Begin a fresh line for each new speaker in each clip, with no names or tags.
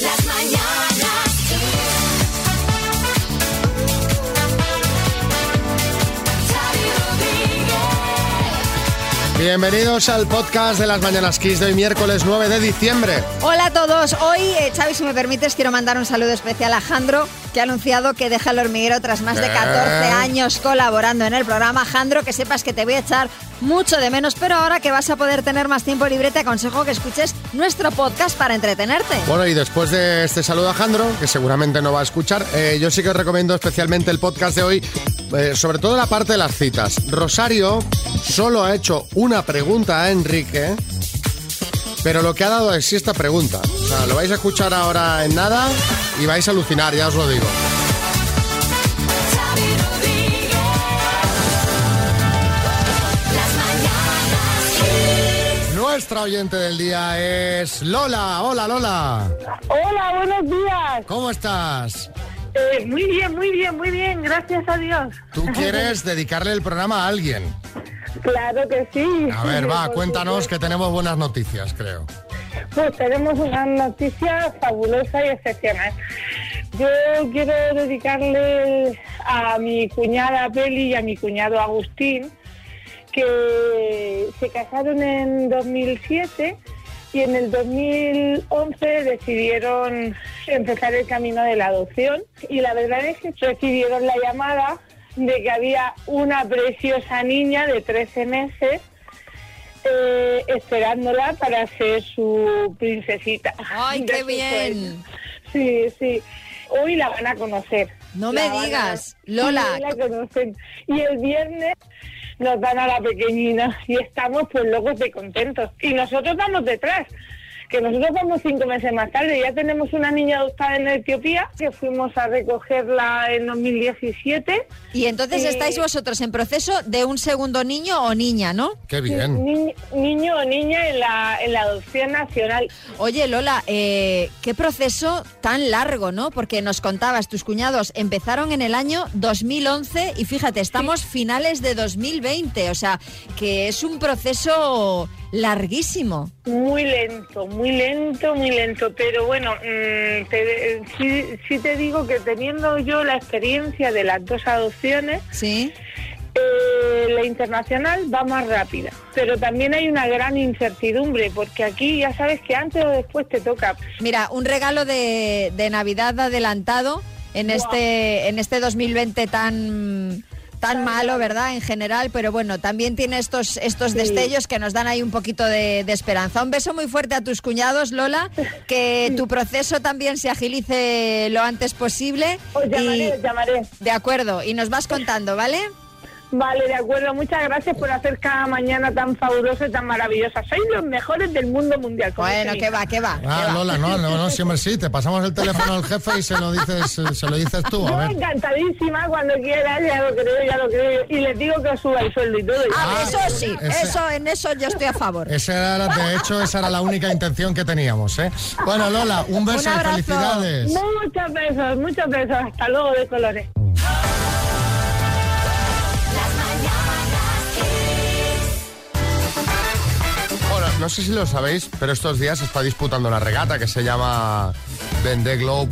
Las mañanas. Xavi Rodríguez.
Bienvenidos al podcast de las Mañanas Kiss de hoy miércoles 9 de diciembre.
Hola a todos, hoy eh, Xavi, si me permites, quiero mandar un saludo especial a Jandro, que ha anunciado que deja el hormiguero tras más de
Bien.
14 años colaborando en el programa. Jandro, que sepas que te voy a echar mucho de menos, pero ahora que vas a poder tener más tiempo libre, te aconsejo que escuches nuestro podcast para entretenerte.
Bueno, y después de este saludo a Jandro, que seguramente no va a escuchar, eh, yo sí que os recomiendo especialmente el podcast de hoy, eh, sobre todo la parte de las citas. Rosario solo ha hecho una pregunta a Enrique, pero lo que ha dado es sí esta pregunta. O sea, lo vais a escuchar ahora en nada y vais a alucinar, ya os lo digo.
Xavi Rodríguez. Las mañanas. Kiss.
Nuestra oyente del día es Lola. Hola, Lola.
Hola, buenos días.
¿Cómo estás?
Eh, muy bien, muy bien, muy bien, gracias a Dios.
Tú quieres dedicarle el programa a alguien.
Claro que sí.
A ver, va,
Por
cuéntanos que tenemos buenas noticias, creo.
supuesto. Pues tenemos una noticia fabulosa y excepcional. Yo quiero dedicarle a mi cuñada Peli y a mi cuñado Agustín, que se casaron en 2007 y en el 2011 decidieron empezar el camino de la adopción y la verdad es que recibieron la llamada de que había una preciosa niña de 13 meses eh, esperándola para ser su princesita.
¡Ay,
de
qué
su
bien!
sueño. Sí, sí. Hoy la van a conocer.
No
La
me
van a-
digas,
Sí,
Lola.
la conocen. Y el viernes nos dan a la pequeñina y estamos pues locos de contentos. Y nosotros vamos detrás, que nosotros vamos cinco meses más tarde. Ya tenemos una niña adoptada en Etiopía, que fuimos a recogerla en 2017.
Y entonces
Sí.
estáis vosotros en proceso de un segundo niño o niña, ¿no?
Qué bien.
Ni- niño o niña en la, en la adopción nacional.
Oye, Lola, eh, qué proceso tan largo, ¿no? Porque nos contabas, tus cuñados empezaron en el año 2011 y fíjate, estamos finales de 2020, o sea, que es un proceso larguísimo.
Muy lento, muy lento, muy lento. Pero bueno, mm, te- sí- sí te digo que teniendo yo la experiencia de las dos adopciones,
Sí.
Eh, la internacional va más rápida, pero también hay una gran incertidumbre, porque aquí ya sabes que antes o después te toca.
Mira, un regalo de, de Navidad adelantado en
Buah.
este en este 2020 tan tan malo, ¿verdad? En general, pero bueno, también tiene estos estos
Sí.
destellos que nos dan ahí un poquito de, de esperanza. Un beso muy fuerte a tus cuñados, Lola, que tu proceso también se agilice lo antes posible.
Os llamaré,
Y,
os llamaré.
de acuerdo, y nos vas contando, ¿vale?
Vale, de acuerdo, muchas gracias por hacer cada mañana tan fabulosa y tan maravillosa. Sois los mejores del mundo mundial. como
Bueno,
se
que
dice.
va, que va. que
Ah,
va.
Lola, no, no, no, siempre sí. Te pasamos el teléfono al jefe y se lo dices, eh, se lo dices tú.
Yo
A ver.
encantadísima cuando quieras, ya lo creo, ya lo creo. Y les digo que os suba el sueldo y todo.
Ah,
Ah, Eh,
eso sí,
ese-
eso en eso yo estoy a favor.
Esa era, la- de hecho, esa era la única intención que teníamos, ¿eh? Bueno, Lola, un beso
Un
y
abrazo.
felicidades.
Muchos besos, muchos besos. Hasta luego de colores.
Las mañanas. Kiss.
Bueno, no sé si lo sabéis, pero estos días se está disputando una regata que se llama Vendée Globe,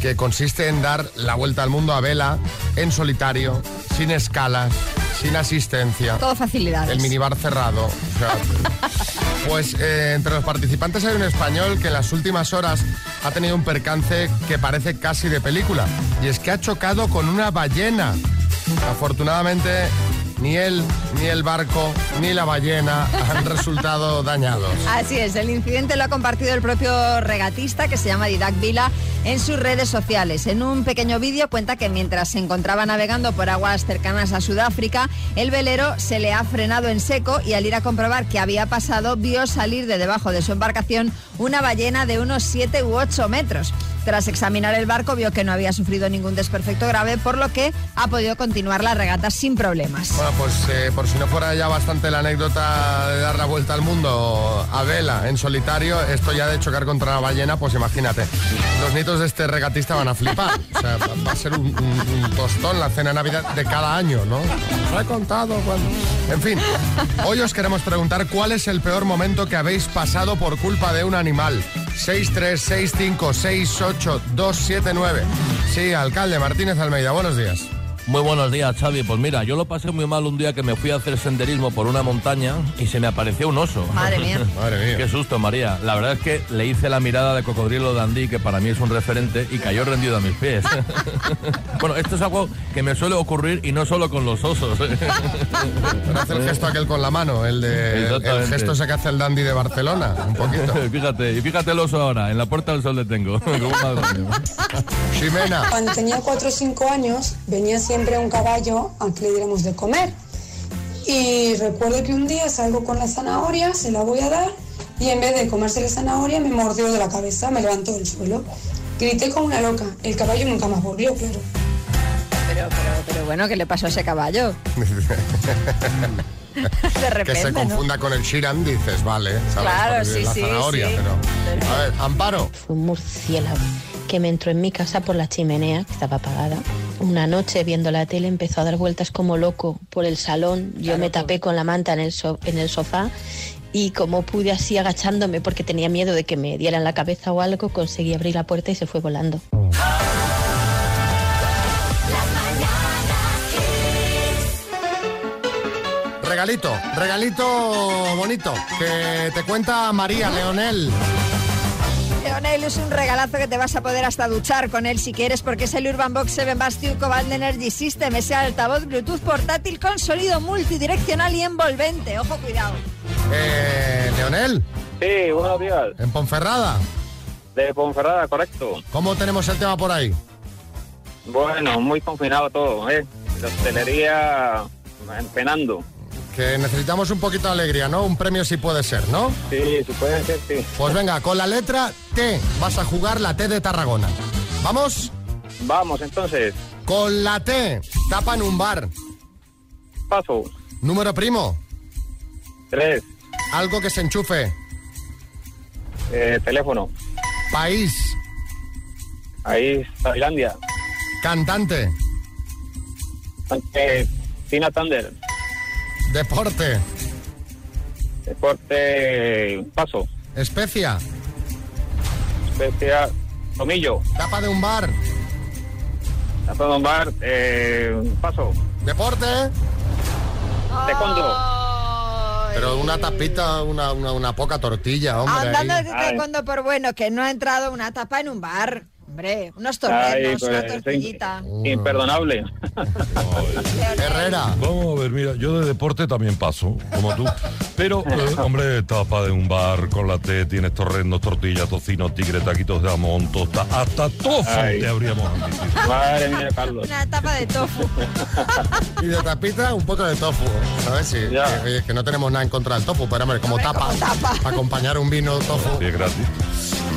que consiste en dar la vuelta al mundo a vela, en solitario, sin escalas, sin asistencia.
Todo facilidades.
El minibar cerrado. o sea, pues eh, entre los participantes hay un español que en las últimas horas ha tenido un percance que parece casi de película. Y es que ha chocado con una ballena. Afortunadamente, ni él, ni el barco, ni la ballena han resultado dañados.
Así es, el incidente lo ha compartido el propio regatista que se llama Didac Vila en sus redes sociales. En un pequeño vídeo cuenta que mientras se encontraba navegando por aguas cercanas a Sudáfrica, el velero se le ha frenado en seco y al ir a comprobar qué había pasado, vio salir de debajo de su embarcación una ballena de unos 7 u 8 metros. Tras examinar el barco vio que no había sufrido ningún desperfecto grave, por lo que ha podido continuar la regata sin problemas.
Bueno, pues eh, por si no fuera ya bastante la anécdota de dar la vuelta al mundo a vela en solitario, esto ya de chocar contra la ballena, pues imagínate. Los nietos de este regatista van a flipar. O sea, va- va a ser un, un- un tostón la cena de Navidad de cada año, ¿no? Lo he contado. cuando- En fin, hoy os queremos preguntar cuál es el peor momento que habéis pasado por culpa de un animal. 636568279. Sí, alcalde Martínez Almeida, buenos días.
Muy buenos días, Xavi. Pues mira, yo lo pasé muy mal un día que me fui a hacer senderismo por una montaña y se me apareció un oso.
Madre mía.
Madre mía.
Qué susto, María. La verdad es que le hice la mirada de cocodrilo Dandí, que para mí es un referente, y cayó rendido a mis pies. bueno, esto es algo que me suele ocurrir y no solo con los osos.
Pero hace el gesto aquel con la mano, el de el
Exactamente.
gesto ese que hace el dandy de Barcelona, un poquito.
fíjate, y fíjate el oso ahora, en la puerta del sol le tengo. Como un madroño.
Ximena,
Cuando tenía 4 o 5 años venía siempre un caballo a que le diéramos de comer. Y recuerdo que un día salgo con la zanahoria, se la voy a dar y en vez de comerse la zanahoria me mordió de la cabeza, me levantó del suelo. Grité como una loca. El caballo nunca más volvió, claro.
Pero, pero, pero bueno, ¿qué le pasó a ese caballo? De repente,
que se
¿no?
confunda con el Shiran, dices, vale, ¿sabes?
Claro,
Porque
sí,
la
sí,
zanahoria,
sí.
pero. A ver, Amparo.
fue un murciélago que me entró en mi casa por la chimenea, que estaba apagada. Una noche viendo la tele empezó a dar vueltas como loco por el salón. Yo me tapé con la manta en el, so- en el sofá y como pude así agachándome porque tenía miedo de que me dieran la cabeza o algo, conseguí abrir la puerta y se fue volando.
Regalito, regalito bonito que te cuenta María Leonel.
Leonel es un regalazo que te vas a poder hasta duchar con él si quieres, porque es el Urban Box 7 Bastion Cobalt Energy System, ese altavoz Bluetooth portátil con sonido multidireccional y envolvente. Ojo, cuidado.
Eh, Leonel,
Sí, buenos días.
en Ponferrada,
De Ponferrada, correcto.
¿cómo tenemos el tema por ahí?
Bueno, muy confinado todo, ¿eh? La hostelería eh, penando.
Que necesitamos un poquito de alegría, ¿no? Un premio si puede ser, ¿no?
Sí, puede ser, sí.
Pues venga, con la letra T vas a jugar la T de Tarragona. Vamos,
Vamos, entonces.
con la T, tapan un bar.
Paso.
Número primo,
Tres.
algo que se enchufe.
Eh, teléfono.
País,
Ahí, Tailandia.
cantante,
Eh, Tina Thunder.
deporte,
Deporte. Paso.
especia,
Especia. Tomillo.
tapa de un bar,
Tapa de un bar. Eh, paso.
deporte.
Tecondo.
Pero una tapita, una, una, una poca tortilla, hombre.
Andando
ahí.
de
Ay.
taekwondo por bueno, que no ha entrado una tapa en un bar. Hombre, unos
Ay,
torneos, una
pues,
tortillita.
in- imperdonable.
Herrera,
Vamos a ver, mira, yo de deporte también paso, como tú. Pero, eh, hombre, tapa de un bar con la T, tienes torrendos, tortillas, tocino, tigre, taquitos de jamón, tosta, hasta tofu
Ay.
te habríamos admitido.
Madre mía, Carlos.
Una tapa de tofu.
y de tapita un poco de tofu. ¿Sabes? Sí,
Ya.
que, oye, que no tenemos nada en contra del tofu, pero hombre, como tapa, para acompañar un vino tofu.
Sí, es gratis.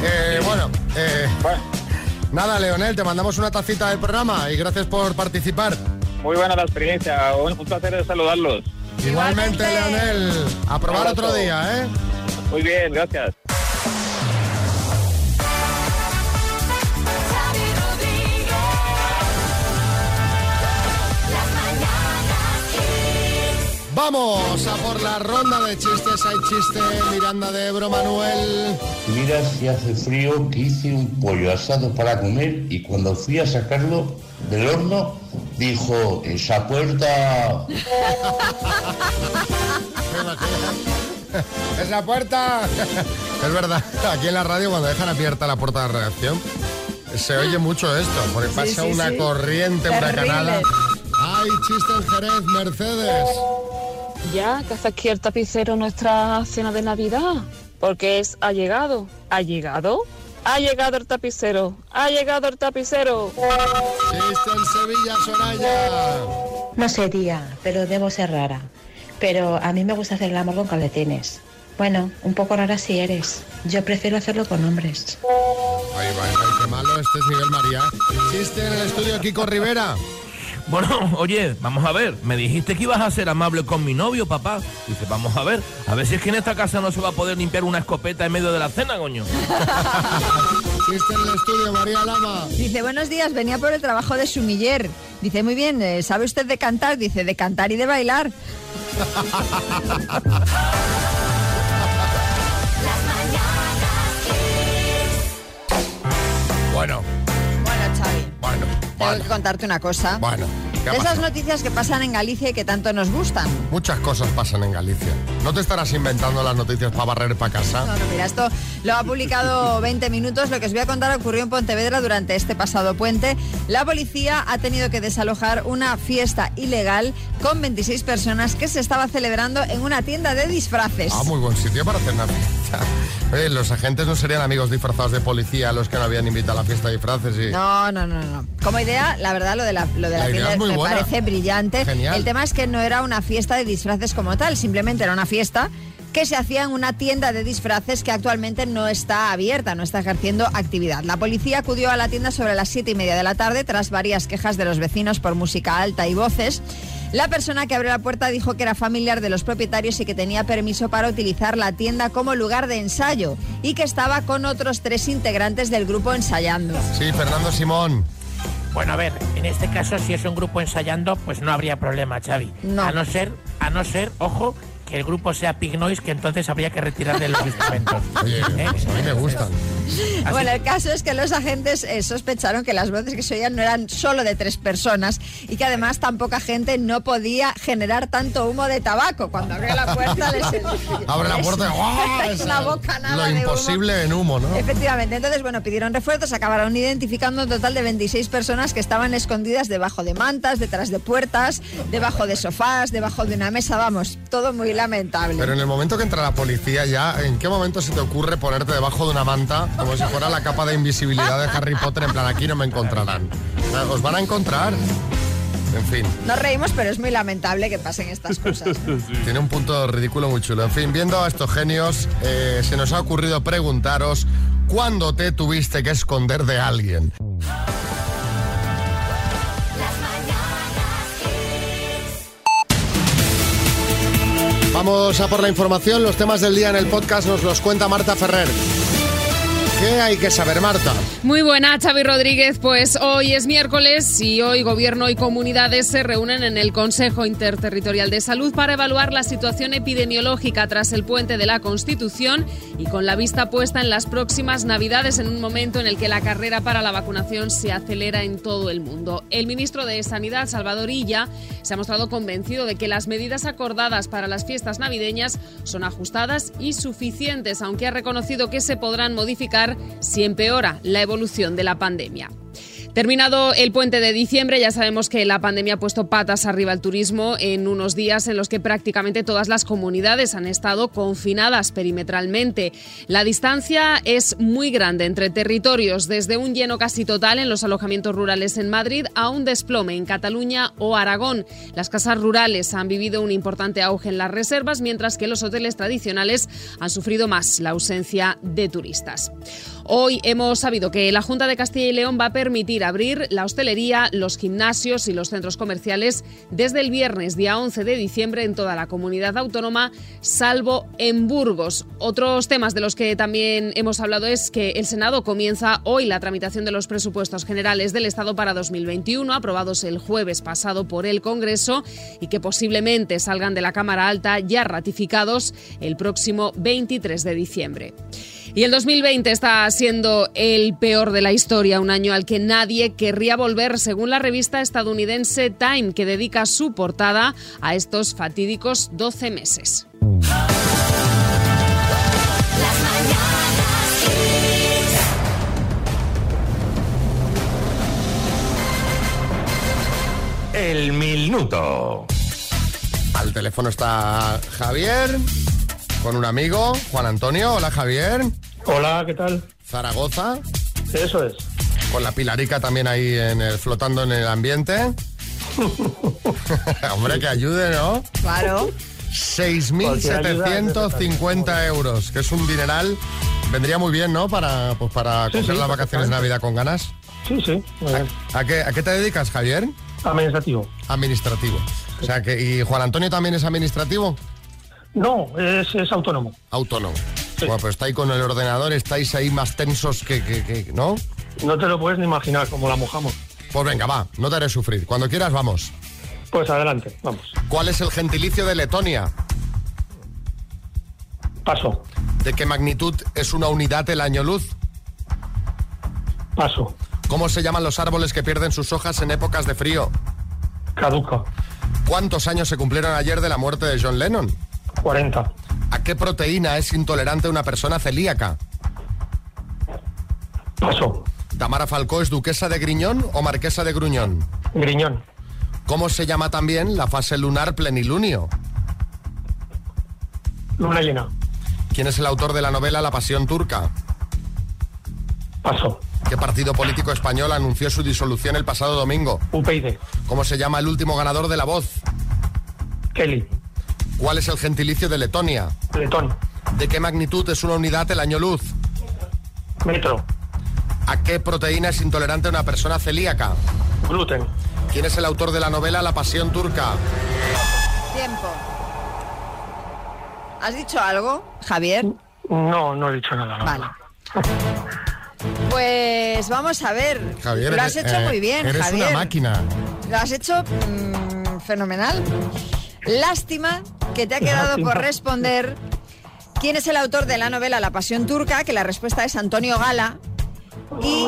Eh, bueno, eh,
Bueno,
nada, Leonel, te mandamos una tacita del programa y gracias por participar.
muy buena la experiencia. Un, un placer saludarlos.
Igualmente,
Igualmente.
Leonel, a probar
Abrazo.
otro día, ¿eh?
Muy bien, gracias.
Xavi Rodríguez. Las mañanas Kiss.
Vamos a por la ronda de chistes. Hay chiste, Miranda de Ebro, Manuel.
Mira si hace frío que hice un pollo asado para comer y cuando fui a sacarlo del horno dijo, esa puerta...
¡Es la puerta! es verdad, aquí en la radio cuando dejan abierta la puerta de la redacción se oye mucho esto, porque pasa
Ah. sí,
una
sí.
corriente, una
Terrible.
canada. ¡Ay, chiste en Jerez, Mercedes!
Ya, que hace aquí el tapicero nuestra cena de Navidad? Porque es ha llegado, ha llegado, ha llegado el tapicero, ha llegado el tapicero.
¡Chiste en Sevilla, Soraya!
No sé día, pero debo ser rara. Pero a mí me gusta hacer el amor con calcetines. Bueno, un poco rara si eres. Yo prefiero hacerlo con hombres.
Ay, va, ay, qué malo, este es Miguel María. Chiste en el estudio Kiko Rivera.
Bueno, oye, vamos a ver. Me dijiste que ibas a ser amable con mi novio, papá. Dice, vamos a ver. A ver si es que en esta casa no se va a poder limpiar una escopeta en medio de la cena, coño.
Chiste en el estudio María Lama.
Dice, buenos días, venía por el trabajo de sumiller. Dice, muy bien, eh, ¿sabe usted de cantar? Dice, de cantar y de bailar.
Las mañanas Kiss.
Bueno,
Bueno, Xavi,
bueno,
tengo que contarte una cosa.
bueno. ¿Qué ha
De esas
pasado?
noticias que pasan en Galicia y que tanto nos gustan.
Muchas cosas pasan en Galicia. ¿No te estarás inventando las noticias para barrer para casa?
No, no, mira, esto lo ha publicado 20 minutos. Lo que os voy a contar ocurrió en Pontevedra durante este pasado puente. La policía ha tenido que desalojar una fiesta ilegal con 26 personas que se estaba celebrando en una tienda de disfraces.
Ah, muy buen sitio para hacer una fiesta. Oye, los agentes no serían amigos disfrazados de policía los que no habían invitado a la fiesta de disfraces y...
No, no, no, no. Como idea, la verdad, lo de la, lo de la
La idea
tienda
es muy
me
buena.
parece brillante.
Genial.
El tema es que no era una fiesta de disfraces como tal, simplemente era una fiesta que se hacía en una tienda de disfraces que actualmente no está abierta, no está ejerciendo actividad. La policía acudió a la tienda sobre las siete y media de la tarde tras varias quejas de los vecinos por música alta y voces. La persona que abrió la puerta dijo que era familiar de los propietarios y que tenía permiso para utilizar la tienda como lugar de ensayo y que estaba con otros tres integrantes del grupo ensayando.
Sí, Fernando Simón.
Bueno, a ver, en este caso, si es un grupo ensayando, pues no habría problema, Xavi.
No.
A no ser, a no ser, ojo, que el grupo sea Pig Noise, que entonces habría que retirar de los instrumentos. ¿Eh?
Oye,
Eh,
pues a mí me gustan.
Bueno, el caso es que los agentes eh, sospecharon que las voces que se oían no eran solo de tres personas y que además tan poca gente no podía generar tanto humo de tabaco. Cuando abrió la puerta les...
Abre la
les-
puerta y ¡guau!
les-
Es
una bocanada
Lo
de humo.
imposible en humo, ¿no?
Efectivamente, entonces, bueno, pidieron refuerzos, acabaron identificando un total de 26 personas que estaban escondidas debajo de mantas, detrás de puertas, debajo de sofás, debajo de una mesa, vamos, todo muy lamentable.
Pero en el momento que entra la policía ya, ¿en qué momento se te ocurre ponerte debajo de una manta como si fuera la capa de invisibilidad de Harry Potter? En plan, aquí no me encontrarán. O sea, Os van a encontrar. En fin.
Nos reímos, pero es muy lamentable que pasen estas cosas.
Tiene un punto ridículo muy chulo. En fin, viendo a estos genios, eh, se nos ha ocurrido preguntaros cuándo te tuviste que esconder de alguien. Vamos a por la información. Los temas del día en el podcast nos los cuenta Marta Ferrer. ¿Qué hay que saber, Marta?
Muy buena, Xavi Rodríguez. Pues hoy es miércoles y hoy Gobierno y comunidades se reúnen en el Consejo Interterritorial de Salud para evaluar la situación epidemiológica tras el puente de la Constitución y con la vista puesta en las próximas Navidades, en un momento en el que la carrera para la vacunación se acelera en todo el mundo. El ministro de Sanidad, Salvador Illa, se ha mostrado convencido de que las medidas acordadas para las fiestas navideñas son ajustadas y suficientes, aunque ha reconocido que se podrán modificar si empeora la evolución de la pandemia. Terminado el puente de diciembre, ya sabemos que la pandemia ha puesto patas arriba al turismo en unos días en los que prácticamente todas las comunidades han estado confinadas perimetralmente. La distancia es muy grande entre territorios, desde un lleno casi total en los alojamientos rurales en Madrid a un desplome en Cataluña o Aragón. Las casas rurales han vivido un importante auge en las reservas, mientras que los hoteles tradicionales han sufrido más la ausencia de turistas. Hoy hemos sabido que la Junta de Castilla y León va a permitir abrir la hostelería, los gimnasios y los centros comerciales desde el viernes día 11 de diciembre en toda la comunidad autónoma, salvo en Burgos. Otros temas de los que también hemos hablado es que el Senado comienza hoy la tramitación de los presupuestos generales del Estado para 2021, aprobados el jueves pasado por el Congreso y que posiblemente salgan de la Cámara Alta ya ratificados el próximo 23 de diciembre. Y el 2020 está siendo el peor de la historia, un año al que nadie querría volver, según la revista estadounidense Time, que dedica su portada a estos fatídicos 12 meses.
El minuto. Al teléfono está Javier con un amigo, Juan Antonio. Hola Javier.
Hola, ¿qué tal?
Zaragoza.
Eso es.
Con la pilarica también ahí en el, flotando en el ambiente. Hombre, que ayude, ¿no?
Claro.
6.750 euros, que es un dineral. Vendría muy bien, ¿no? Para, pues para
Sí,
coger
sí,
las vacaciones de
perfectamente.
Navidad con ganas.
Sí, sí. muy bien.
¿A, a qué, a qué te dedicas, Javier?
Administrativo.
Administrativo. O sea que, ¿y Juan Antonio también es administrativo?
No, es, es autónomo.
Autónomo. Bueno, pues estáis con el ordenador, estáis ahí más tensos que, que- que- ¿no?
No te lo puedes ni imaginar cómo la mojamos.
Pues venga, va, no te haré sufrir. Cuando quieras, vamos.
Pues adelante, vamos.
¿Cuál es el gentilicio de Letonia?
Paso.
¿De qué magnitud es una unidad el año luz?
Paso.
¿Cómo se llaman los árboles que pierden sus hojas en épocas de frío?
Caduca.
¿Cuántos años se cumplieron ayer de la muerte de John Lennon?
40.
¿A qué proteína es intolerante una persona celíaca?
Paso.
¿Tamara Falcó es duquesa de Griñón o marquesa de Gruñón?
Griñón.
¿Cómo se llama también la fase lunar plenilunio?
Luna llena.
¿Quién es el autor de la novela La Pasión Turca?
Paso.
¿Qué partido político español anunció su disolución el pasado domingo?
UPyD.
¿Cómo se llama el último ganador de La Voz?
Kelly.
¿Cuál es el gentilicio de Letonia?
Letón.
¿De qué magnitud es una unidad el año luz?
Metro.
¿A qué proteína es intolerante una persona celíaca?
Gluten.
¿Quién es el autor de la novela La Pasión Turca?
Tiempo. ¿Has dicho algo, Javier?
No, no he dicho nada. no.
Vale. Pues vamos a ver.
Javier,
lo has
eres-
hecho
eh,
muy bien,
Eres
Javier.
una máquina.
Lo has hecho mm, fenomenal. Lástima que te ha quedado
Lástima.
por responder quién es el autor de la novela La Pasión Turca, que la respuesta es Antonio Gala. ¿Y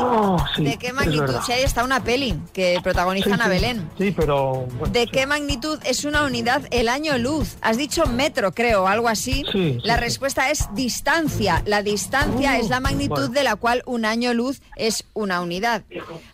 sí,
de qué
es
magnitud?
verdad.
Si ahí está una peli que
Sí,
protagonizan a
sí.
Belén.
Sí, pero. bueno,
¿De qué magnitud es una unidad el año luz? Has dicho metro, creo, algo así.
Sí, sí,
la
sí. Uh,
respuesta es distancia. La distancia es la magnitud
bueno.
de la cual un año luz es una unidad.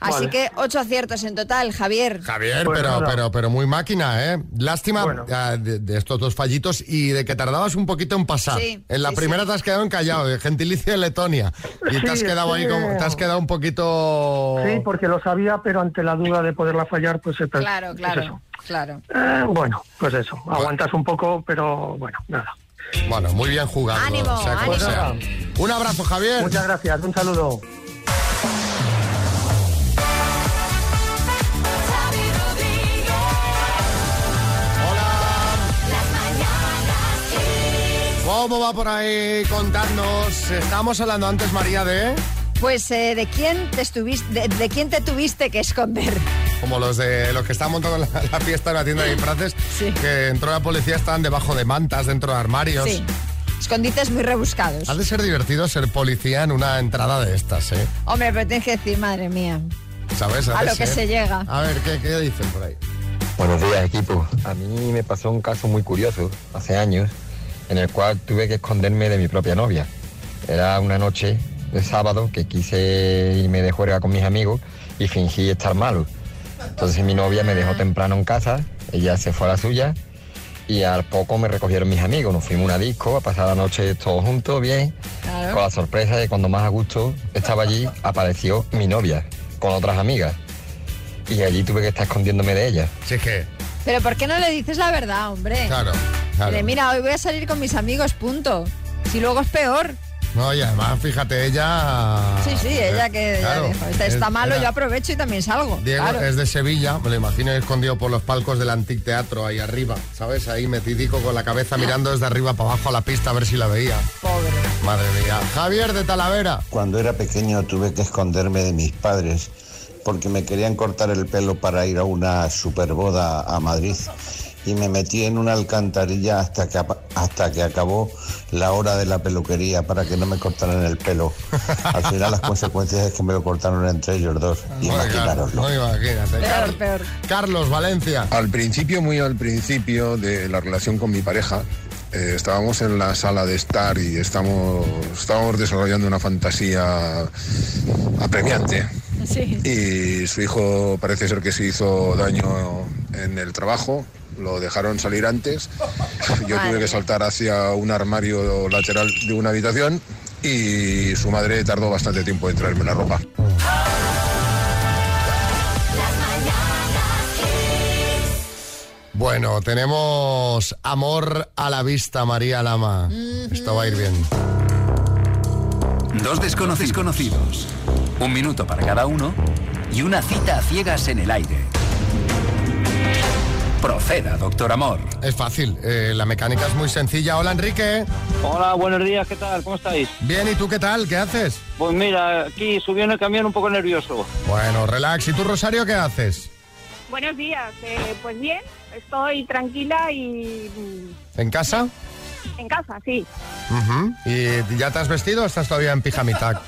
Así
Vale.
que ocho aciertos en total, Javier.
Javier, pero, pero, pero muy máquina, ¿eh? Lástima ah, de, de estos dos fallitos y de que tardabas un poquito en pasar.
Sí,
en la
sí,
primera
sí.
te has quedado encallado, de gentilicio de Letonia. Y
Sí,
te has quedado
es
ahí
que-
como, te has quedado un poquito...
Sí, porque lo sabía, pero ante la duda de poderla fallar, pues es
Claro,
es
claro,
eso.
claro.
Eh, bueno, pues eso. Aguantas un poco, pero bueno, nada.
Bueno, muy bien jugado.
Ánimo,
sea como
ánimo.
sea. Un abrazo, Javier.
Muchas gracias, un saludo.
¿Cómo va por ahí? Contadnos. Estábamos hablando antes, María, de...
Pues eh, de quién te estuviste, de, de quién te tuviste que esconder.
Como los de los que estaban montando la, la fiesta en la tienda de disfraces, que entró la policía, estaban debajo de mantas, dentro de armarios.
Sí. Escondites muy rebuscados.
Ha de ser divertido ser policía en una entrada de estas, ¿eh?
Hombre, pero tienes que decir, madre mía,
¿Sabes?
a lo
veces,
que
¿eh?
se llega.
A ver, ¿qué, qué dicen por ahí?
Buenos días, equipo. A mí me pasó un caso muy curioso hace años en el cual tuve que esconderme de mi propia novia. Era una noche de sábado que quise irme de juerga con mis amigos y fingí estar malo. Entonces mi novia me dejó temprano en casa, ella se fue a la suya y al poco me recogieron mis amigos. Nos fuimos a una disco a pasar la noche todos juntos, bien. Con la sorpresa de cuando más a gusto estaba allí, apareció mi novia con otras amigas. Y allí tuve que estar escondiéndome de ella.
Sí,
Eh,
que.
Pero ¿por qué no le dices la verdad, hombre?
Claro,
Dile, mira, hoy voy a salir con mis amigos, punto. Si luego es peor.
No, y además, fíjate, ella...
Sí, sí, ella que
Eh,
ya
Claro,
dijo, está,
es-
está malo,
era-
yo aprovecho y también salgo.
Diego
Claro.
es de Sevilla, me lo imagino escondido por los palcos del Antic Teatro ahí arriba, ¿sabes? Ahí metidico con la cabeza mirando desde arriba para abajo a la pista a ver si la veía.
Pobre.
Madre mía. Javier de Talavera.
Cuando era pequeño tuve que esconderme de mis padres porque me querían cortar el pelo para ir a una superboda a Madrid y me metí en una alcantarilla hasta que, apa- hasta que acabó la hora de la peluquería para que no me cortaran el pelo. Al final las consecuencias es que me lo cortaron entre ellos dos. Imaginaroslo.
No imagínate. Car- Carlos Valencia.
Al principio, muy al principio de la relación con mi pareja, eh, estábamos en la sala de estar y estamos, estábamos desarrollando una fantasía apremiante. Y su hijo parece ser que se hizo daño en el trabajo, lo dejaron salir antes. Yo tuve que saltar hacia un armario lateral de una habitación y su madre tardó bastante tiempo en traerme la ropa.
Bueno, tenemos amor a la vista, María Lama. Esto va a ir bien.
Dos desconocidos conocidos, un minuto para cada uno y una cita a ciegas en el aire. Proceda, doctor Amor.
Es fácil, eh, la mecánica es muy sencilla. Hola, Enrique.
Hola, buenos días, ¿qué tal? ¿Cómo estáis?
Bien, ¿y tú qué tal? ¿Qué haces?
Pues mira, aquí subió en el camión un poco nervioso.
Bueno, relax. ¿Y tú, Rosario, qué haces?
Buenos días, eh, pues bien, estoy tranquila y mm,
¿En casa?
en casa, sí.
Ujú. ¿Y ya te has vestido o estás todavía en pijamita?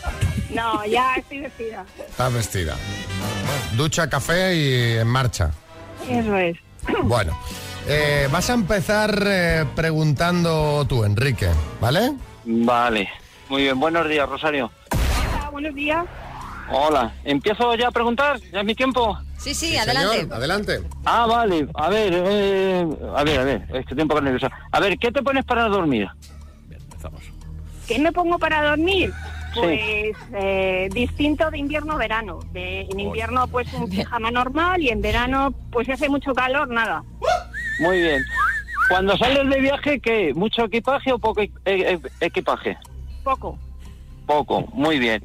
No, ya estoy vestida.
Estás vestida. Ducha, café y en marcha.
Eso es.
Bueno, eh, vas a empezar eh, preguntando tú, Enrique, ¿vale?
Vale. Muy bien, buenos días, Rosario.
Hola, buenos días.
Hola, ¿empiezo ya a preguntar? ¿Ya es mi tiempo?
Sí, sí, adelante.
adelante.
Ah, vale, a ver, eh, a ver, a ver, es que tiempo nerviosa. A ver, ¿qué te pones para dormir?
¿Qué me pongo para dormir? Pues eh, distinto de invierno-verano. De, en invierno pues un pijama normal y en verano pues si hace mucho calor, nada.
Muy bien. Cuando sales de viaje, ¿qué? ¿Mucho equipaje o poco e- e- equipaje?
Poco.
Poco, muy bien.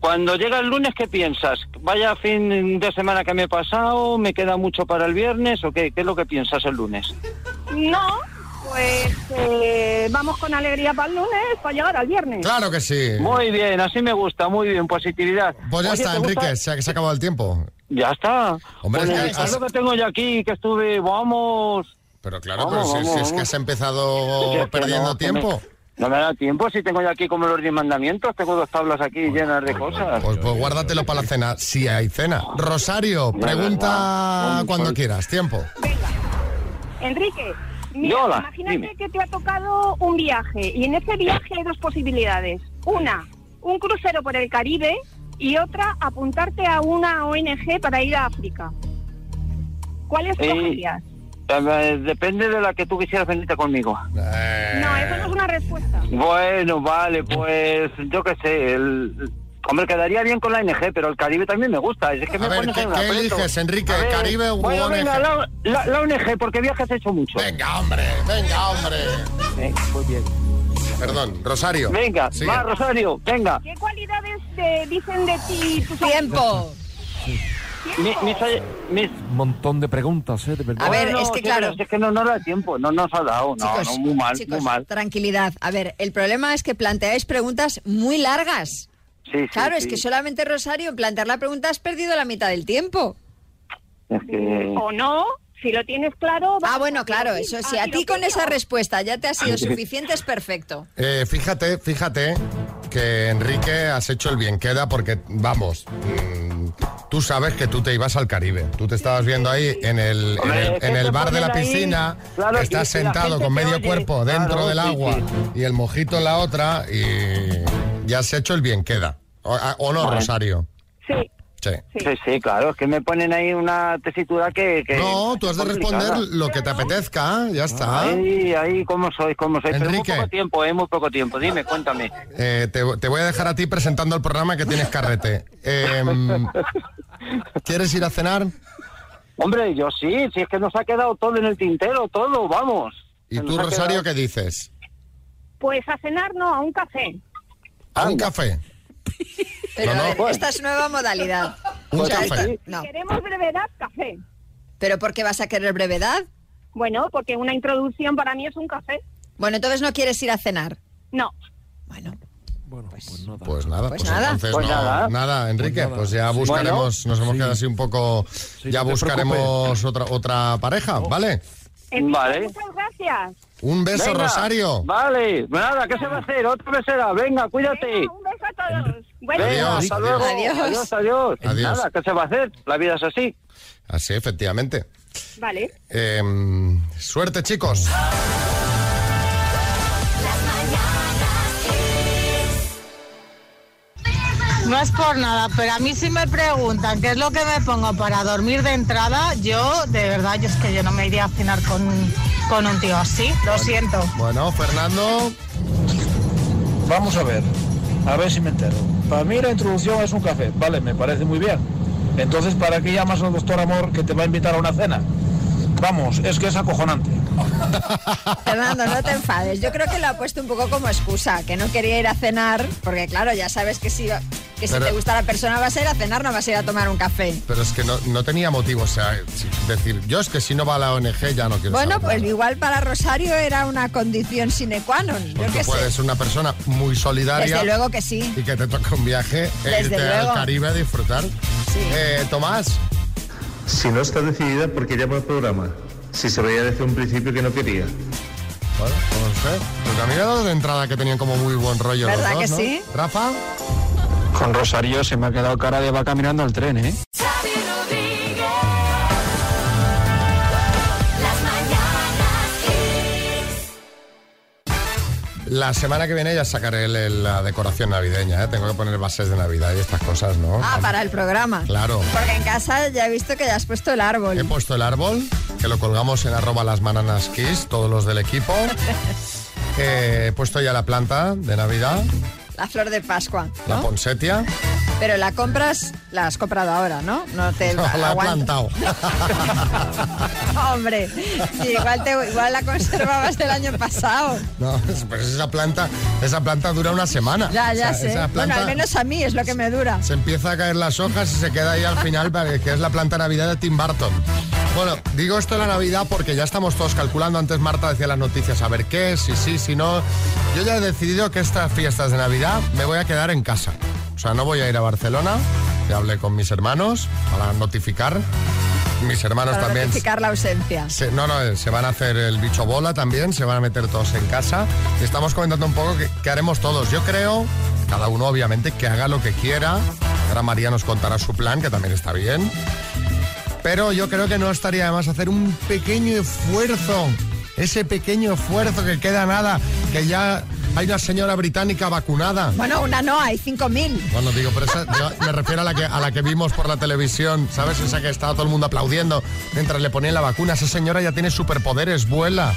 Cuando llega el lunes, ¿qué piensas? ¿Vaya fin de semana que me he pasado? ¿Me queda mucho para el viernes? ¿O qué? ¿Qué es lo que piensas el lunes?
No, pues eh, vamos con alegría para el lunes para llegar al viernes.
Claro que sí.
Muy bien, así me gusta, muy bien, positividad.
Eh. Pues ya
Oye,
está,
¿te gusta?
Enrique, se ha, se ha acabado el tiempo.
Ya está.
Hombre,
Bueno,
es que
es
has-
lo que tengo yo aquí, que estuve, vamos.
Pero claro, pero si- si es que has empezado
Sí, es que
Oh, perdiendo
no, que
tiempo.
me- no me da tiempo, si tengo yo aquí como los diez mandamientos, tengo dos tablas aquí llenas de cosas.
Pues, pues guárdatelo para la cena, si hay cena. Rosario, pregunta
Pues
cuando quieras, tiempo.
Enrique, mira,
Yola,
imagínate
dime.
que te ha tocado un viaje y en ese viaje hay dos posibilidades. Una, un crucero por el Caribe y otra, apuntarte a una ONG para ir a África. ¿Cuál escogerías?
Eh, depende de la que tú quisieras venirte conmigo.
Eh.
No, eso no es una respuesta.
Bueno, vale, pues yo qué sé. El... Hombre, quedaría bien con la NG, pero el Caribe también me gusta. Es que me
A ver,
pones
¿qué-
en un
qué
aprieto.
eliges, Enrique,
A ver,
Caribe u
bueno,
ONG?
venga, la, la- la ONG, porque viajes he hecho mucho.
Venga, hombre, venga, hombre.
muy bien.
Perdón, Rosario.
Venga,
sigue.
va, Rosario, venga.
¿Qué cualidades te dicen de ti pues, tus
Tiempo.
Mi- mis- eh, mis-
Un montón de preguntas, ¿eh? De verdad.
A ver,
Bueno,
es que
sí,
claro.
pero si Es que no nos da tiempo, no nos ha dado. No,
Chicos,
no, muy mal,
chicos,
muy mal.
Tranquilidad. A ver, el problema es que planteáis preguntas muy largas.
Sí, sí,
claro, es
sí.
que solamente Rosario en plantear la pregunta has perdido la mitad del tiempo.
Es
Eh.
que-
O no, si lo tienes claro.
Ah, bueno, claro, eso sí. A ti con esa respuesta ya te ha sido suficiente, es perfecto.
Eh, fíjate, fíjate que Enrique has hecho el bien queda porque, vamos, mm, tú sabes que tú te ibas al Caribe. Tú te estabas viendo ahí en el, en
Hombre,
el-
es que
en el
te
bar de la
ponen ahí,
piscina,
claro,
que
y
estás
si la
sentado
gente
con
te
medio
oye,
cuerpo dentro
claro,
del
sí,
agua
sí.
y el mojito en la otra y ya has hecho el bien queda. ¿O, a- o no,
Bueno.
Rosario?
Sí.
Sí.
Sí,
sí, claro, es que me ponen ahí una tesitura que... que-
No, tú has de responder lo que te apetezca, ya está.
Ahí, ahí, ¿cómo sois? ¿Cómo sois? Pero muy
¿Ah? Enrique.
poco tiempo, eh, muy poco tiempo. Dime, cuéntame.
Eh, te, te voy a dejar a ti presentando el programa que tienes carrete. Em, ¿Quieres ir a cenar?
Hombre, yo sí, si es que nos ha quedado todo en el tintero, todo, vamos.
¿Y tú, Rosario, qué dices?
Pues a cenar no, a un café.
¿A un café?
Pero
No, no,
a ver,
pues.
esta es nueva modalidad.
Un
O sea,
café.
esta- no.
Queremos brevedad, café.
¿Pero por qué vas a querer brevedad?
Bueno, porque una introducción para mí es un café.
Bueno, entonces no quieres ir a cenar.
No.
Pues nada, pues,
Pues nada.
entonces
Pues
no,
nada.
nada. Enrique, pues, ya
Sí.
buscaremos, nos hemos quedado así un poco, ya
no te
buscaremos otra otra pareja, ¿vale?
Enrique,
Vale.
Muchas gracias.
Un beso,
Venga,
Rosario.
Vale, nada, ¿qué se va a hacer? Otra besera, venga, cuídate.
Un beso a todos. Bueno,
Venga, hasta luego.
Adiós.
adiós. adiós.
Adiós.
Nada, ¿qué se va a hacer? La vida es así.
Así, efectivamente.
Vale.
Em, suerte, chicos.
No es por nada, pero a mí sí me preguntan qué es lo que me pongo para dormir de entrada, yo de verdad, yo es que yo no me iría a cenar con, con un tío así, lo siento.
Bueno, Fernando.
Vamos a ver, a ver si me entero. Para mí la introducción es un café, vale, me parece muy bien. Entonces, ¿para qué llamas al doctor Amor que te va a invitar a una cena? Vamos, es que es acojonante.
Fernando, no te enfades. Yo creo que lo ha puesto un poco como excusa, que no quería ir a cenar, porque claro, ya sabes que si, que si
Pero-
te gusta la persona vas a ir a cenar, no vas a ir a tomar un café.
Pero es que no, no tenía motivo, o sea, si- decir, yo es que si no va a la ONG ya no quiero
Bueno,
saber.
pues igual para Rosario era una condición sine qua non. Yo
Porque
qué sé.
Pues puedes ser una persona muy solidaria.
Desde luego que sí.
Y que te toca un viaje e
Desde
irte
luego.
al Caribe a disfrutar. Eh, Tomás.
Si no está decidida, ¿por qué llama al programa? Si se veía desde un principio que no quería.
Bueno, Pues no sé. Pues a mí me ha dado de entrada que tenían como muy buen rollo los
¿Verdad
dos,
que
¿no?
sí?
Rafa.
Con Rosario se me ha quedado cara de vaca mirando al tren, ¿eh?
Xavi Rodríguez. Las mañanas Kiss.
La semana que viene ya sacaré el- el- la decoración navideña, ¿eh? Tengo que poner bases de Navidad y estas cosas, ¿no?
Ah, para el programa.
Claro.
Porque en casa ya he visto que ya has puesto el árbol.
He puesto el árbol, que lo colgamos en arroba las bananas kiss, todos los del equipo. Eh, he puesto ya la planta de Navidad,
La flor de Pascua.
la ponsetia.
Pero la compras, la has comprado ahora, ¿no? No te
No, la he
aguanta.
plantado.
Hombre, sí, igual, te, igual la conservabas del año pasado.
No, es- pues esa planta, esa planta dura una semana.
Ya, ya
O sea,
sé.
esa
Bueno,
planta-
al menos a mí es lo que me dura.
Se empieza a caer las hojas y se queda ahí al final, para- que es la planta navidad de Tim Burton. Bueno, digo esto de la Navidad porque ya estamos todos calculando. Antes Marta decía las noticias, a ver qué, si sí, si no. Yo ya he decidido que estas fiestas de Navidad me voy a quedar en casa. O sea, no voy a ir a Barcelona. Ya hablé con mis hermanos para notificar. Mis hermanos
Para
también.
notificar la ausencia.
Se- no, no, eh, se van a hacer el bicho bola también, se van a meter todos en casa. Y estamos comentando un poco qué qué haremos todos. Yo creo, cada uno obviamente, que haga lo que quiera. Ahora María nos contará su plan, que también está bien. Pero yo creo que no estaría de más hacer un pequeño esfuerzo. Ese pequeño esfuerzo que queda nada, que ya hay una señora británica vacunada.
Bueno, una no, hay 5.000.
Bueno, digo, pero esa, yo me refiero a la, que, a la que vimos por la televisión, ¿sabes? Esa que estaba todo el mundo aplaudiendo mientras le ponían la vacuna. Esa señora ya tiene superpoderes, vuela,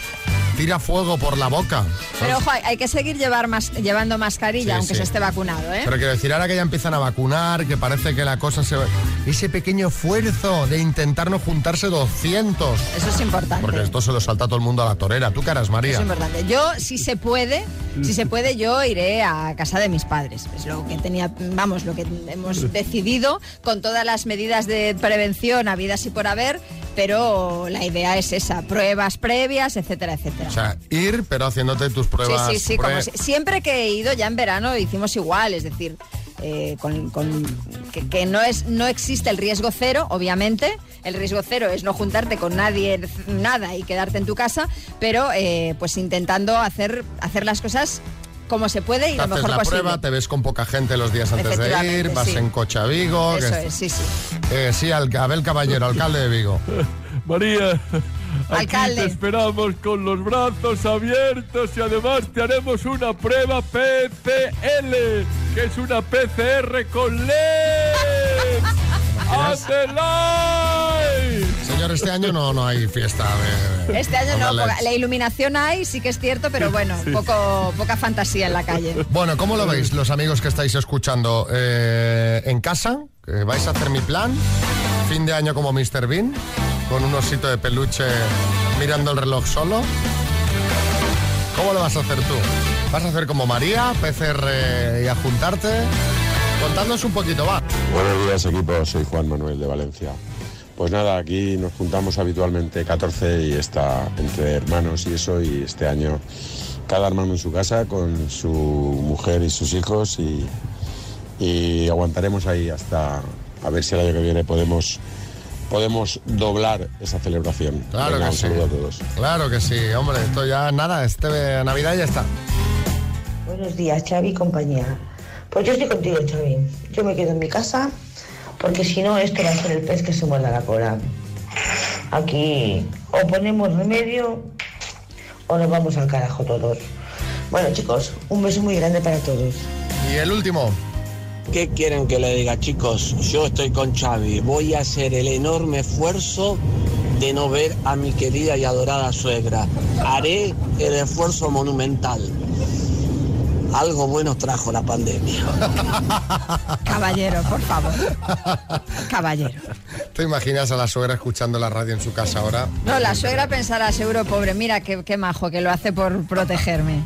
tira fuego por la boca.
Pero ¿eh? ojo, hay, hay que seguir llevar mas- llevando mascarilla,
Sí,
aunque
sí.
se esté vacunado, ¿eh?
Pero quiero decir, ahora que ya empiezan a vacunar, que parece que la cosa se... va- Ese pequeño esfuerzo de intentar no juntarse 200.
Eso es importante.
Porque esto se lo salta a todo el mundo a la torera. ¿Tú qué harás, María?
Eso es importante. Yo, si se puede, si se puede, yo iré a casa de mis padres. Es lo que tenía, vamos, lo que hemos decidido con todas las medidas de prevención habidas y por haber, pero la idea es esa, pruebas previas, etcétera, etcétera.
O sea, ir, pero haciéndote tus pruebas.
sí, sí, sí,
prue-
como si- siempre que he ido ya en verano hicimos igual, es decir, eh, con, con- que, que no es no existe el riesgo cero, obviamente. El riesgo cero es no juntarte con nadie, nada y quedarte en tu casa, pero eh, pues intentando hacer, hacer las cosas como se puede
Te
y lo
haces
mejor
la
posible.
prueba, te ves con poca gente los días antes de ir,
Efectivamente,
vas
sí.
en coche a Vigo. que
Eso
es-
es, sí, sí.
Eh, sí, al, Abel Caballero, alcalde de Vigo.
María, aquí
Alcalde.
te esperamos con los brazos abiertos y además te haremos una prueba PCL, que es una PCR con E LED. ¡Adelante!
Señor, este año no, no hay fiesta. de- de-
Este año
con
no,
la
poca-
LED.
la iluminación hay, sí que es cierto, pero bueno, poco, poca fantasía en la calle.
Bueno, ¿cómo lo veis los amigos que estáis escuchando Eh, en casa? que ¿Vais a hacer mi plan? ¿Fin de año como Mr. Bean? ¿Con un osito de peluche mirando el reloj solo? ¿Cómo lo vas a hacer tú? ¿Vas a hacer como María, PCR eh, y a juntarte? Contadnos un poquito, va.
Buenos días equipo, soy Juan Manuel de Valencia. Pues nada, aquí nos juntamos habitualmente 14 y está entre hermanos y eso y este año cada hermano en su casa con su mujer y sus hijos y, y aguantaremos ahí hasta a ver si el año que viene podemos podemos doblar esa celebración.
Claro
Venga,
que
un
sí.
saludo a todos.
Claro que sí, hombre, esto ya nada, este Navidad ya está.
Buenos días, Xavi y compañía. Pues yo estoy contigo, Xavi. Yo me quedo en mi casa porque si no esto va a ser el pez que se muerda la cola. Aquí o ponemos remedio o nos vamos al carajo todos. Bueno, chicos, un beso muy grande para todos.
Y el último.
¿Qué quieren que le diga, chicos? Yo estoy con Xavi. Voy a hacer el enorme esfuerzo de no ver a mi querida y adorada suegra. Haré el esfuerzo monumental. Algo bueno trajo la pandemia.
Caballero, por favor. Caballero.
¿Te imaginas a la suegra escuchando la radio en su casa ahora?
No, la suegra pensará seguro, pobre, mira qué, qué majo que lo hace por protegerme.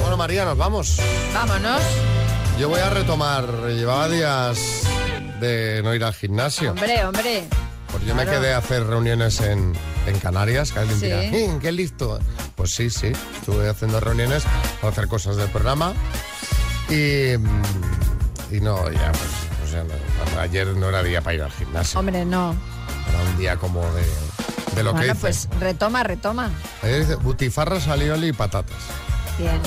Bueno, María, nos vamos.
Vámonos.
Yo voy a retomar, llevaba días de no ir al gimnasio.
Hombre, hombre.
Porque yo me
claro.
quedé a hacer reuniones en, en Canarias, que alguien
Sí.
dirá, "Eh, ¡qué listo! Pues sí, sí, estuve haciendo reuniones para hacer cosas del programa y, mm, y no, ya, pues, pues ya no. ayer no era día para ir al gimnasio,
Hombre, no.
era un día como de, de lo
bueno,
que hice.
pues retoma, retoma.
Ayer hice butifarras, alioli y patatas.
Bien.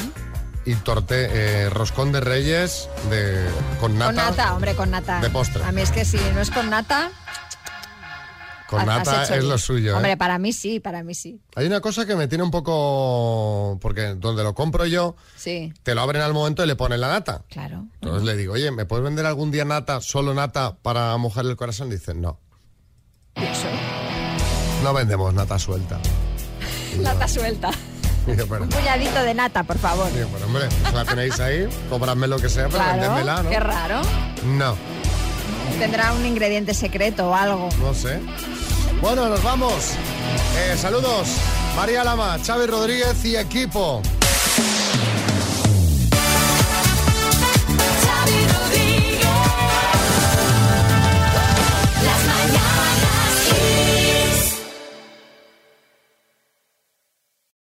Y torte, eh, roscón de reyes de, con nata.
Con nata, hombre, con nata.
De postre.
A mí es que si no es con nata,
Con
has-
nata
has hecho
es lo
bien.
suyo. ¿eh?
Hombre, para mí sí, para mí sí.
Hay una cosa que me tiene un poco... Porque donde lo compro yo,
Sí,
te lo abren al momento y le ponen la nata.
claro.
Entonces le digo, oye, ¿me puedes vender algún día nata, solo nata, para mojarle el corazón? Dicen, no,
Y eso,
no vendemos nata suelta.
Nata suelta.
Y yo, pero,
Un puñadito de nata, por favor.
digo, pero, hombre, la tenéis ahí, cobradme lo que sea, pero vendédmela,
Claro,
¿no?
qué raro.
No,
Tendrá un ingrediente secreto o algo.
no sé. Bueno, nos vamos. Eh, saludos, María Lama, Xavi Rodríguez y equipo.
Xavi Rodríguez.